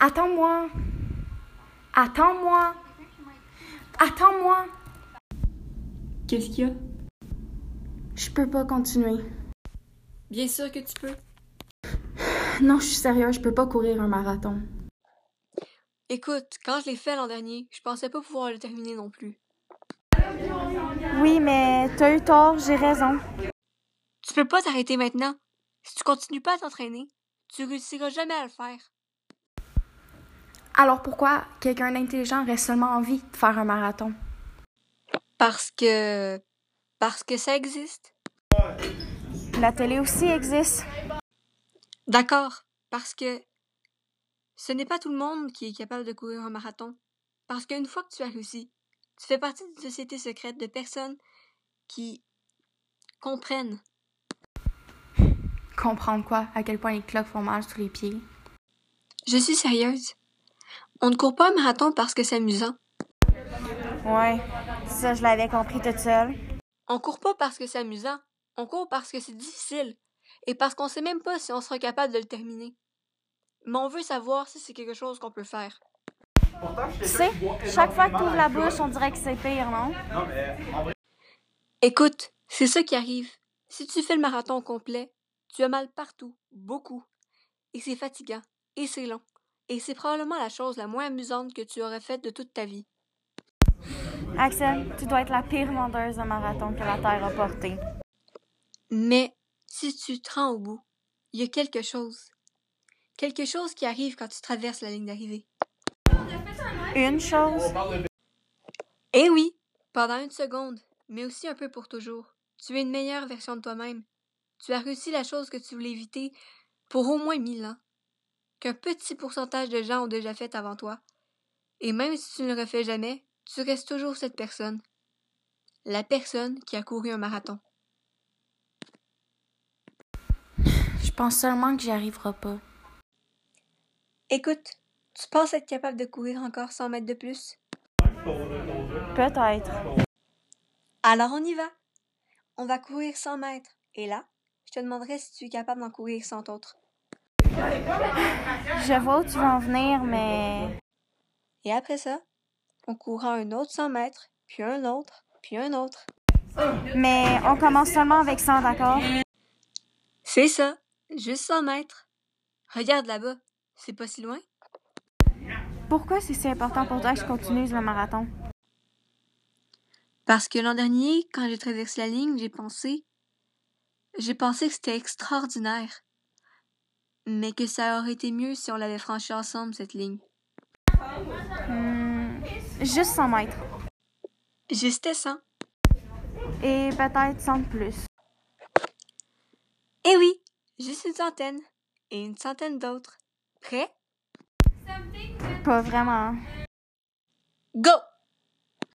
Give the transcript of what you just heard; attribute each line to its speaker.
Speaker 1: Attends-moi. Attends-moi. Attends-moi.
Speaker 2: Qu'est-ce qu'il y a?
Speaker 1: Je peux pas continuer.
Speaker 2: Bien sûr que tu peux.
Speaker 1: Non, je suis sérieuse, je peux pas courir un marathon.
Speaker 2: Écoute, quand je l'ai fait l'an dernier, je pensais pas pouvoir le terminer non plus.
Speaker 1: Oui, mais t'as eu tort, j'ai raison.
Speaker 2: Tu peux pas t'arrêter maintenant. Si tu continues pas à t'entraîner, tu réussiras jamais à le faire.
Speaker 1: Alors pourquoi quelqu'un d'intelligent aurait seulement envie de faire un marathon?
Speaker 2: Parce que. Parce que ça existe.
Speaker 1: La télé aussi existe.
Speaker 2: D'accord. Parce que. Ce n'est pas tout le monde qui est capable de courir un marathon. Parce qu'une fois que tu as réussi, tu fais partie d'une société secrète de personnes qui. comprennent.
Speaker 1: Comprendre quoi? À quel point les cloques font mal sous les pieds?
Speaker 2: Je suis sérieuse. On ne court pas un marathon parce que c'est amusant.
Speaker 3: Ouais, ça je l'avais compris toute seule.
Speaker 2: On court pas parce que c'est amusant. On court parce que c'est difficile. Et parce qu'on sait même pas si on sera capable de le terminer. Mais on veut savoir si c'est quelque chose qu'on peut faire.
Speaker 3: Tu sais, chaque fois que tu ouvres la bouche, on dirait que c'est pire, non?
Speaker 2: Écoute, c'est ça qui arrive. Si tu fais le marathon au complet, tu as mal partout, beaucoup. Et c'est fatigant, et c'est long. Et c'est probablement la chose la moins amusante que tu aurais faite de toute ta vie.
Speaker 3: Axel, tu dois être la pire vendeuse de marathon que la Terre a portée.
Speaker 2: Mais si tu te rends au bout, il y a quelque chose. Quelque chose qui arrive quand tu traverses la ligne d'arrivée.
Speaker 3: Une chose,
Speaker 2: Eh oui, pendant une seconde, mais aussi un peu pour toujours. Tu es une meilleure version de toi-même. Tu as réussi la chose que tu voulais éviter pour au moins mille ans, qu'un petit pourcentage de gens ont déjà fait avant toi. Et même si tu ne le refais jamais, tu restes toujours cette personne. La personne qui a couru un marathon.
Speaker 1: Je pense seulement que j'y arriverai pas.
Speaker 2: Écoute, tu penses être capable de courir encore 100 mètres de plus?
Speaker 3: peut-être.
Speaker 2: Alors on y va. On va courir 100 mètres. Et là, je te demanderai si tu es capable d'en courir 100 autres.
Speaker 3: Je vois où tu vas en venir, mais
Speaker 2: Et après ça, on courra un autre 100 mètres, puis un autre, puis un autre.
Speaker 3: mais on commence seulement avec 100, d'accord?
Speaker 2: C'est ça, juste 100 mètres. Regarde là-bas, c'est pas si loin.
Speaker 3: Pourquoi c'est si important pour toi que je continue le marathon?
Speaker 2: Parce que l'an dernier, quand j'ai traversé la ligne, j'ai pensé. J'ai pensé que c'était extraordinaire. Mais que ça aurait été mieux si on l'avait franchi ensemble, cette ligne.
Speaker 3: Hmm, juste 100 mètres.
Speaker 2: J'étais 100.
Speaker 3: Et peut-être 100 de plus.
Speaker 2: Eh oui, juste une centaine. Et une centaine d'autres. Prêt?
Speaker 3: Pas vraiment.
Speaker 2: Go!